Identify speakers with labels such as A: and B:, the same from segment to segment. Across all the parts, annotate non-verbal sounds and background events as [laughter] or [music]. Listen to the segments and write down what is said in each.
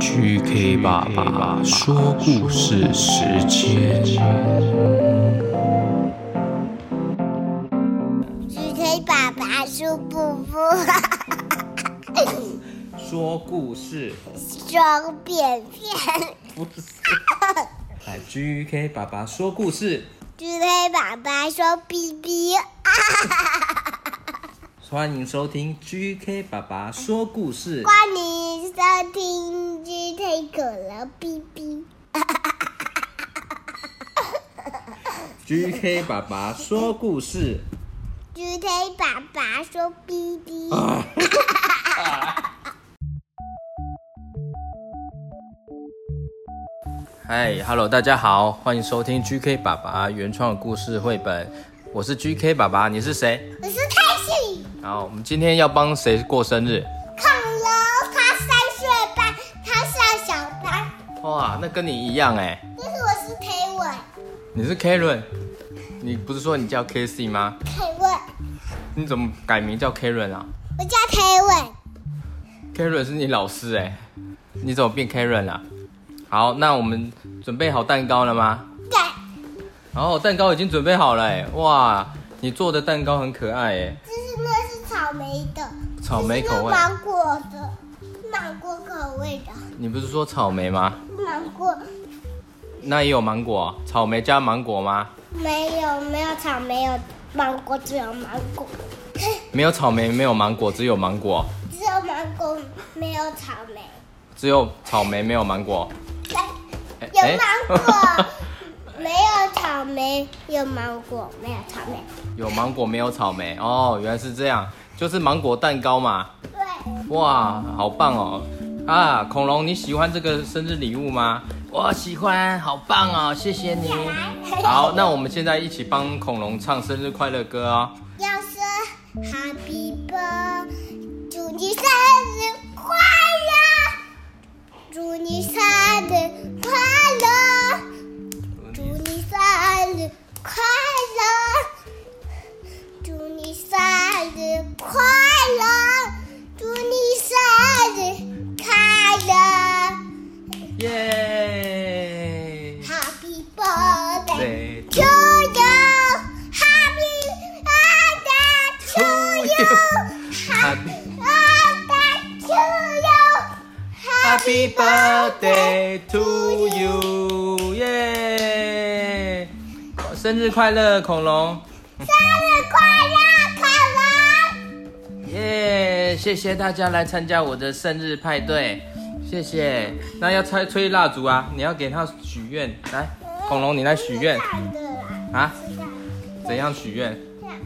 A: GK 爸爸说故事时间。
B: GK 爸爸说布布，
C: 说故事，
B: 双便便。
C: 不是。来，GK 爸爸说故事，
B: GK 爸爸说哔哔，
C: 欢迎收听 GK 爸爸说故事。
B: 欢迎收听 GK 可乐哔哔。
C: GK 爸爸说故事，
B: GK 爸爸说哔哔。
C: 嗨，Hello，大家好，欢迎收听 GK 爸爸原创故事绘本，我是 GK 爸爸，你是谁？
B: 我是泰信，
C: 好，我们今天要帮谁过生日？
B: 恐龙他三岁半，他上小班。
C: 哇，那跟你一样哎，
B: 但是我是 K 文
C: 你是 Karen，你不是说你叫 k c 吗？
B: ，K 文，
C: 你怎么改名叫 Karen 啊
B: 我叫 K 文。
C: ？Karen 是你老师哎，你怎么变 Karen 了、好，那我们准备好蛋糕了吗？
B: 对，
C: 然后蛋糕已经准备好了哎，哇，你做的蛋糕很可爱哎，
B: 就是那是草莓的，
C: 草莓口味
B: 这是芒果的，芒果口味的。
C: 你不是说草莓吗？
B: 芒果
C: 那也有芒果，啊草莓加芒果吗？
B: 没有没有草莓，有芒果，只有芒
C: [laughs]
B: 果，哎
C: 没有草莓，没有芒果，只有芒果，
B: 只有芒果没有草莓，
C: 只有草莓没有芒果。
B: 对
C: 哎
B: 有芒
C: 哎
B: 果没有草莓，有芒果没有草莓，
C: [laughs] 有芒果没有草莓哦，原来是这样，就是芒果蛋糕嘛。
B: 对，
C: 哇，好棒哦！啊，恐龙，你喜欢这个生日礼物吗？我喜欢，好棒哦，谢谢你。好，那我们现在一起帮恐龙唱生日快乐歌哦。
B: 要是 Happy Birthday，祝你生日快乐，祝你生日快乐，祝你生日快乐，祝你生日快乐，祝你生日快乐
C: 耶！
B: ，Happy Birthday
C: 对
B: to you，Happy Birthday to you，Happy Birthday to you，Happy
C: Happy birthday to you！耶！生日快乐，恐龙！
B: 生日快乐，快乐！
C: 耶、谢谢大家来参加我的生日派对，谢谢。那要吹吹蜡烛啊，你要给他许愿。来，恐龙，你来许愿
B: 看的啦，
C: 啊？
B: 是的。
C: 怎样许愿
B: 这样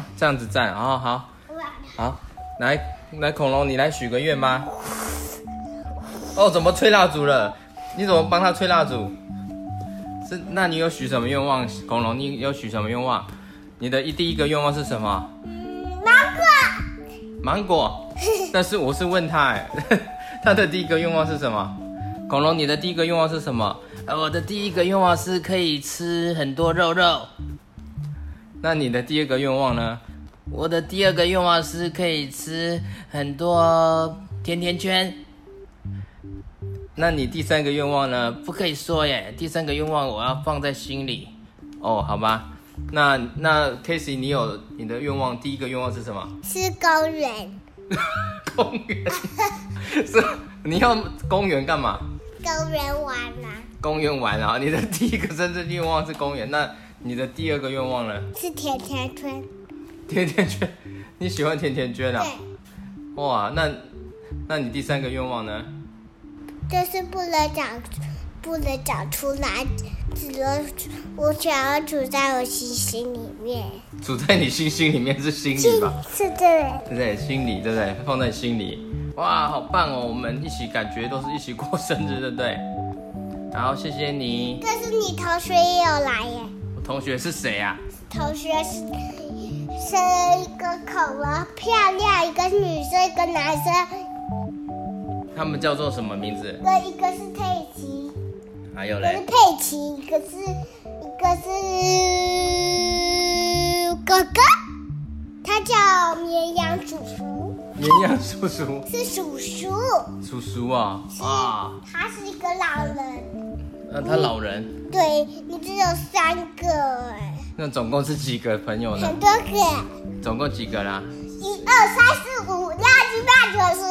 C: 啊？这样子站，哦，好，
B: 我
C: 好，来，来，恐龙，你来许个愿吧。哦，怎么吹蜡烛了？你怎么帮他吹蜡烛？是，那你有许什么愿望？恐龙，你有许什么愿望？你的一第一个愿望是什么？
B: 嗯芒果，
C: 芒果，但是我是问他，哎， [laughs] 他的第一个愿望是什么？恐龙，你的第一个愿望是什么？呃，我的第一个愿望是可以吃很多肉肉。那你的第二个愿望呢？我的第二个愿望是可以吃很多甜甜圈。那你第三个愿望呢？不可以说耶，第三个愿望我要放在心里。哦，好吧。那那 Casey，你有你的愿望，第一个愿望是什么？
B: 是公园，
C: 公园是你要公园干嘛？
B: 公园玩啦、
C: 公园玩啊！你的第一个真正愿望是公园，那你的第二个愿望呢？
B: 是甜甜圈，
C: 甜甜圈，你喜欢甜甜圈啊？
B: 对，
C: 哇，那那你第三个愿望呢？
B: 就是不能长，不能长出来，只能我想要处在我心心里面，
C: 处在你心心里面是心里吧？
B: 是这里。
C: 对不对？心里对不对？放在心里。哇，好棒哦！我们一起感觉都是一起过生日，对不对？然后谢谢你，
B: 但是你同学也有来耶，
C: 我同学是谁啊？
B: 同学是是一个恐龙，漂亮一个女生，一个男生，
C: 他们叫做什么名字？
B: 跟一个是佩奇。
C: 还有
B: 一个是
C: 嘞，
B: 佩奇，一个是一个是哥哥，他叫绵羊叔叔。
C: 绵羊叔叔，
B: 是叔叔，
C: 叔叔啊啊，
B: 他是一个老人。
C: 那他老人，
B: 对你只有三个哎，
C: 那总共是几个朋友呢？
B: 很多个，
C: 总共几个啦？
B: 一二三四五六七八九十。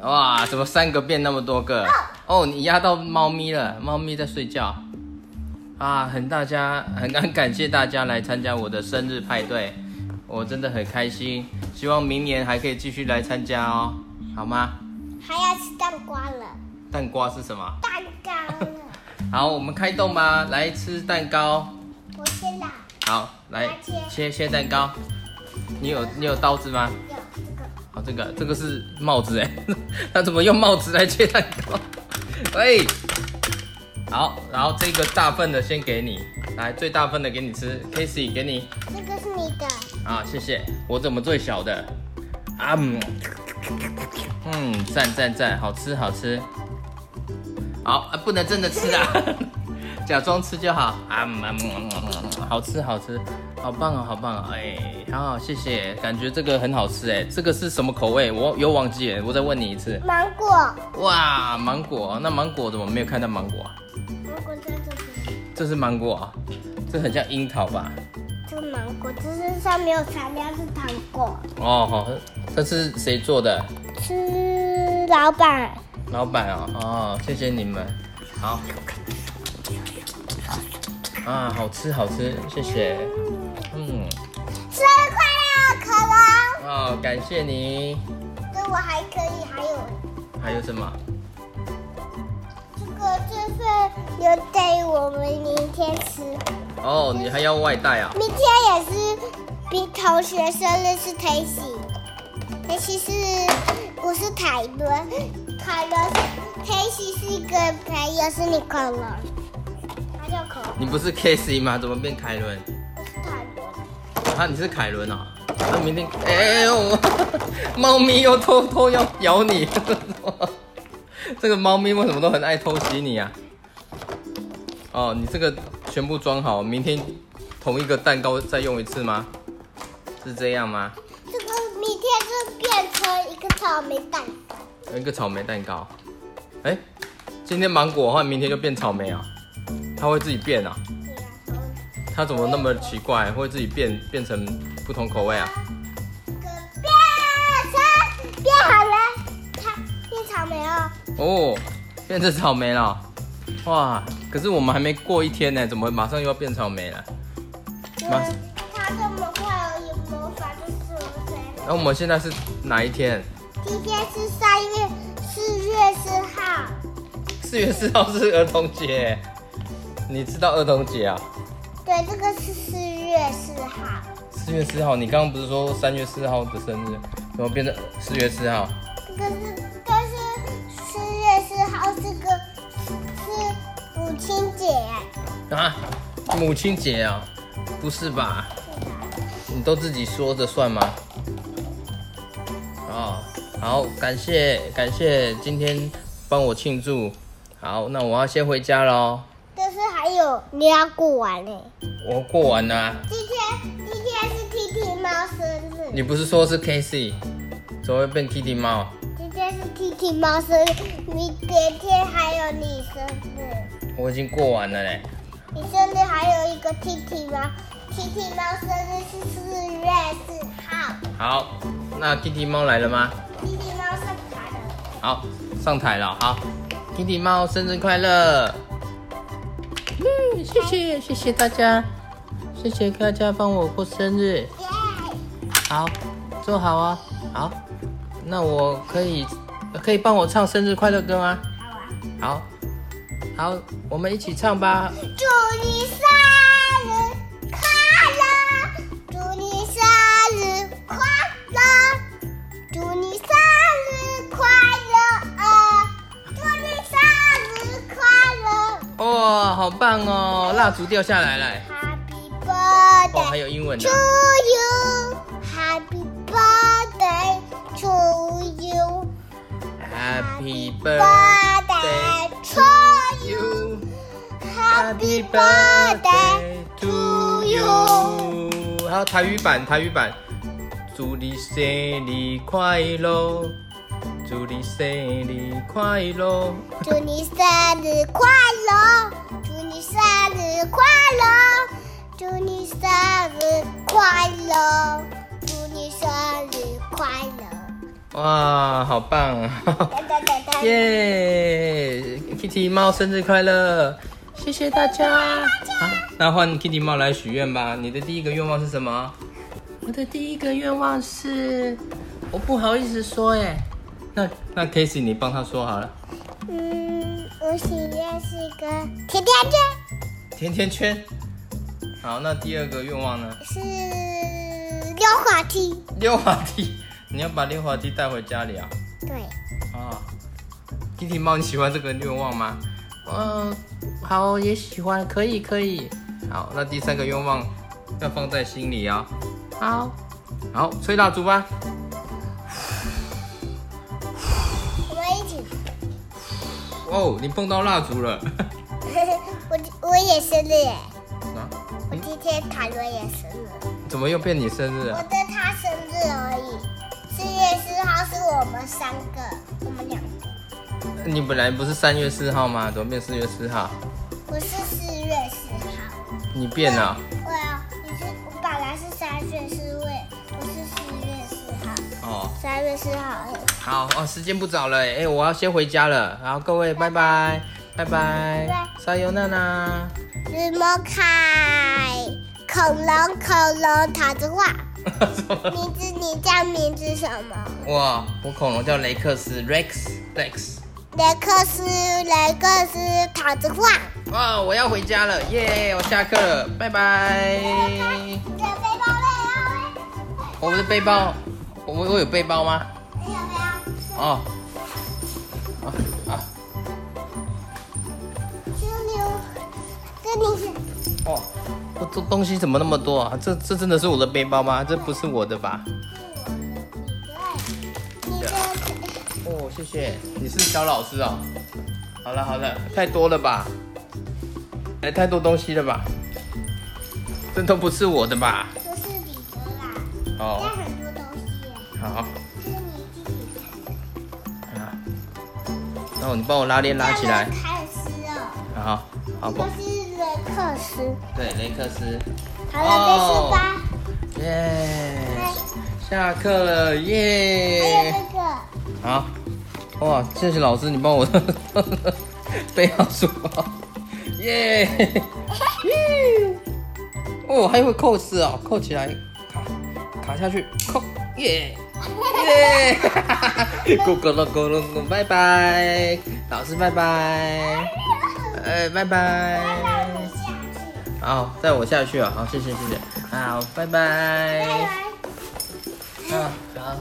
C: 哇，怎么三个变那么多个？哦，你压到猫咪了，猫咪在睡觉。啊，很大家很很感谢大家来参加我的生日派对，我真的很开心，希望明年还可以继续来参加哦，好吗？
B: 还要吃蛋瓜了，
C: 蛋瓜是什么？
B: 蛋糕了，
C: 好，我们开动吧，来吃蛋糕。
B: 我先拿
C: 好，来切切蛋糕。你有你有刀子吗？
B: 有这个。
C: 好，哦这个这个是帽子哎，他怎么用帽子来切蛋糕？喂，好，然后这个大份的先给你，来最大份的给你吃，Casey 给你
B: 这个是你的，
C: 啊，谢谢，我怎么最小的？啊嗯，嗯，赞赞赞，好吃好吃，好啊，不能真的吃啊， [laughs] 假装吃就好啊嗯嗯嗯嗯嗯，好吃好吃，好棒哦好棒哦，哎，好谢谢，感觉这个很好吃哎，这个是什么口味？我又忘记了，我再问你一次。
B: 芒果，
C: 哇，芒果，啊那芒果怎么没有看到芒果啊？
B: 芒果在这边，
C: 这是芒果啊，这很像樱桃吧？
B: 这个芒果，只是上面有材料是糖果。
C: 哦，好，这是谁做的？
B: 吃老板，
C: 老板啊、哦，谢谢你们，好，啊，好吃好吃，谢谢，嗯，
B: 生日快乐，可乐。
C: 哦，感谢你，
B: 这我还可以，还有
C: 还有什么？
B: 这个这份留给我们明天吃，
C: 哦，你还要外带啊？
B: 明天也是比同学生日是 t a s y t a s y 是我是凯伦，凯伦是 t a s y 是一个朋友，是你可乐，他叫可乐，
C: 你不是 Casey 吗？怎么变凯伦？
B: 我是凯伦。
C: 啊，你是凯伦啊？那、明天，哎、哎呦， [laughs] 猫咪又偷偷要咬你， [laughs] 这个猫咪为什么都很爱偷袭你啊？哦，你这个全部装好，明天同一个蛋糕再用一次吗？是这样吗？
B: 这个明天就变成一个草莓蛋，
C: 有一个草莓蛋糕，哎、今天芒果的话，明天就变草莓啊？它会自己变啊？它怎么那么奇怪，会自己变变成不同口味啊？
B: 这个变成变好了，它变草莓哦。
C: 哦，变成草莓了，哇！可是我们还没过一天呢，怎么马上又要变草莓了？
B: 因为它这么快有魔法就是我
C: 那我们现在是哪一天？
B: 今天是三月四月四号，
C: 四月四号是儿童节，你知道儿童节啊？
B: 对，这个是四月四号，
C: 四月四号，你刚刚不是说三月四号的生日，怎么变成四月四号？
B: 这个是但是四月四号这个是母亲节，
C: 啊，母亲节啊？不是吧？你都自己说着算吗？哦，好，感谢感谢今天帮我庆祝。好，那我要先回家喽。
B: 但是还有你要过完呢。
C: 我过完啦、
B: 今天今天是 T T 猫生日，
C: 你不是说是 K C，怎么会变 Kitty 猫？
B: 今天是 T T 猫生日，明天天还有你生日，
C: 我已经过完了嘞。
B: 你生日还有一个 T T 猫，T T 猫生日是四月四号
C: 好，那 Kitty 猫来了吗？
B: ，T T 猫上台了，
C: 好，上台了。好，Kitty 猫生日快乐！嗯，谢谢谢谢大家，谢谢大家帮我过生日。
B: 耶、
C: 好，坐好哦。好，那我可以可以帮我唱生日快乐歌吗？
B: 好啊！
C: 好，好，我们一起唱吧。
B: 祝你生日快乐，祝你生日快乐，祝你生日快乐，祝你生日快乐。
C: 哦，好棒哦！蜡烛掉下来了。
B: Happy
C: 哦，还
B: birthday
C: 有英文的
B: to。you. Happy birthday to you.
C: Happy
B: Birthday
C: birthday
B: to
C: to
B: you.
C: you.
B: Happy birthday to you.
C: you。还有台语版，台语版。祝你生日快乐，祝你生日快乐。
B: 祝你生日快乐，祝你生日快乐，祝你生日快乐，祝你生日快乐。
C: 哇，好棒啊！
B: 哒哒哒哒，
C: 耶、k i t t y 猫生日快乐！谢谢大家。好，那换 Kitty 猫来许愿吧。你的第一个愿望是什么？我的第一个愿望是，我不好意思说耶。那那 k a s e y 你帮他说好了。
B: 嗯，我许愿是个甜甜圈，
C: 甜甜圈。好，那第二个愿望呢？
B: 是溜滑梯。
C: 溜滑梯。你要把溜滑梯带回家里啊？
B: 对，
C: 啊，Kitty 猫，你喜欢这个愿望吗？嗯，好，也喜欢，可以，可以。好，那第三个愿望要放在心里啊、好，好，吹蜡烛吧。
B: 我们一起。 [laughs]
C: 哦，你碰到蜡烛了。 [laughs]
B: 我我也生日耶，
C: 啊？
B: 我今天塔罗也生日，
C: 怎么又变你生日
B: 我
C: 啊？
B: 跟他生日而已。四月四号是我们三个，我们两个，
C: 你本来不是三月四号吗？怎么变四月四号？
B: 我是四月四号。
C: 你变了。
B: 我你是我本来是三月四月，我是四月四号，
C: 哦，
B: 三月四号而已。
C: 好哦，时间不早了，哎、我要先回家了。好，各位，拜拜，拜拜，撒尤娜 [laughs] 娜。
B: 日魔凯，恐龙恐龙桃子画，
C: 什么
B: 名字你叫名字什么？
C: 哇，我恐龙叫雷克斯 Rex Rex。
B: 雷克斯雷克斯桃子画。
C: 哇，我要回家了，耶！我下课了，拜拜。
B: 你的背包累啊！
C: 哦我的背包，我我有背包吗？
B: 你有没有？
C: 哦，啊啊，
B: 犀牛，跟你
C: 哦，我这东西怎么那么多啊？这这真的是我的背包吗？这不是我的吧？
B: 你的
C: 哦，谢谢，你是小老师哦。好了好了，太多了吧？哎，太多东西了吧？这都不是我的吧？
B: 不是你的啦，带
C: 哦，
B: 很多东西耶，
C: 好。
B: 是你自己
C: 啊，然后你帮我拉链
B: 的。
C: 拉起来，啊
B: 开始哦，
C: 好，好不
B: 这？是雷克斯。
C: 对，雷克斯，
B: 好了，这
C: 耶，
B: 是
C: 下课了，
B: 八，还有
C: 耶，
B: 这
C: [laughs]
B: 个， [laughs]
C: 好，哇，谢谢老师，你帮我 [laughs] 背好书包，耶，哦，还会扣丝哦，扣起来，卡，卡下去，扣，耶。耶！ [laughs] 咕咕噜咕噜咕，拜拜，老师拜拜，呃，拜
B: 让
C: 拜
B: 我。下去。
C: 好，带我下啊去啊！好，谢谢谢谢，好，拜
B: 拜
C: 拜。
B: 拜。
C: 嗯，好。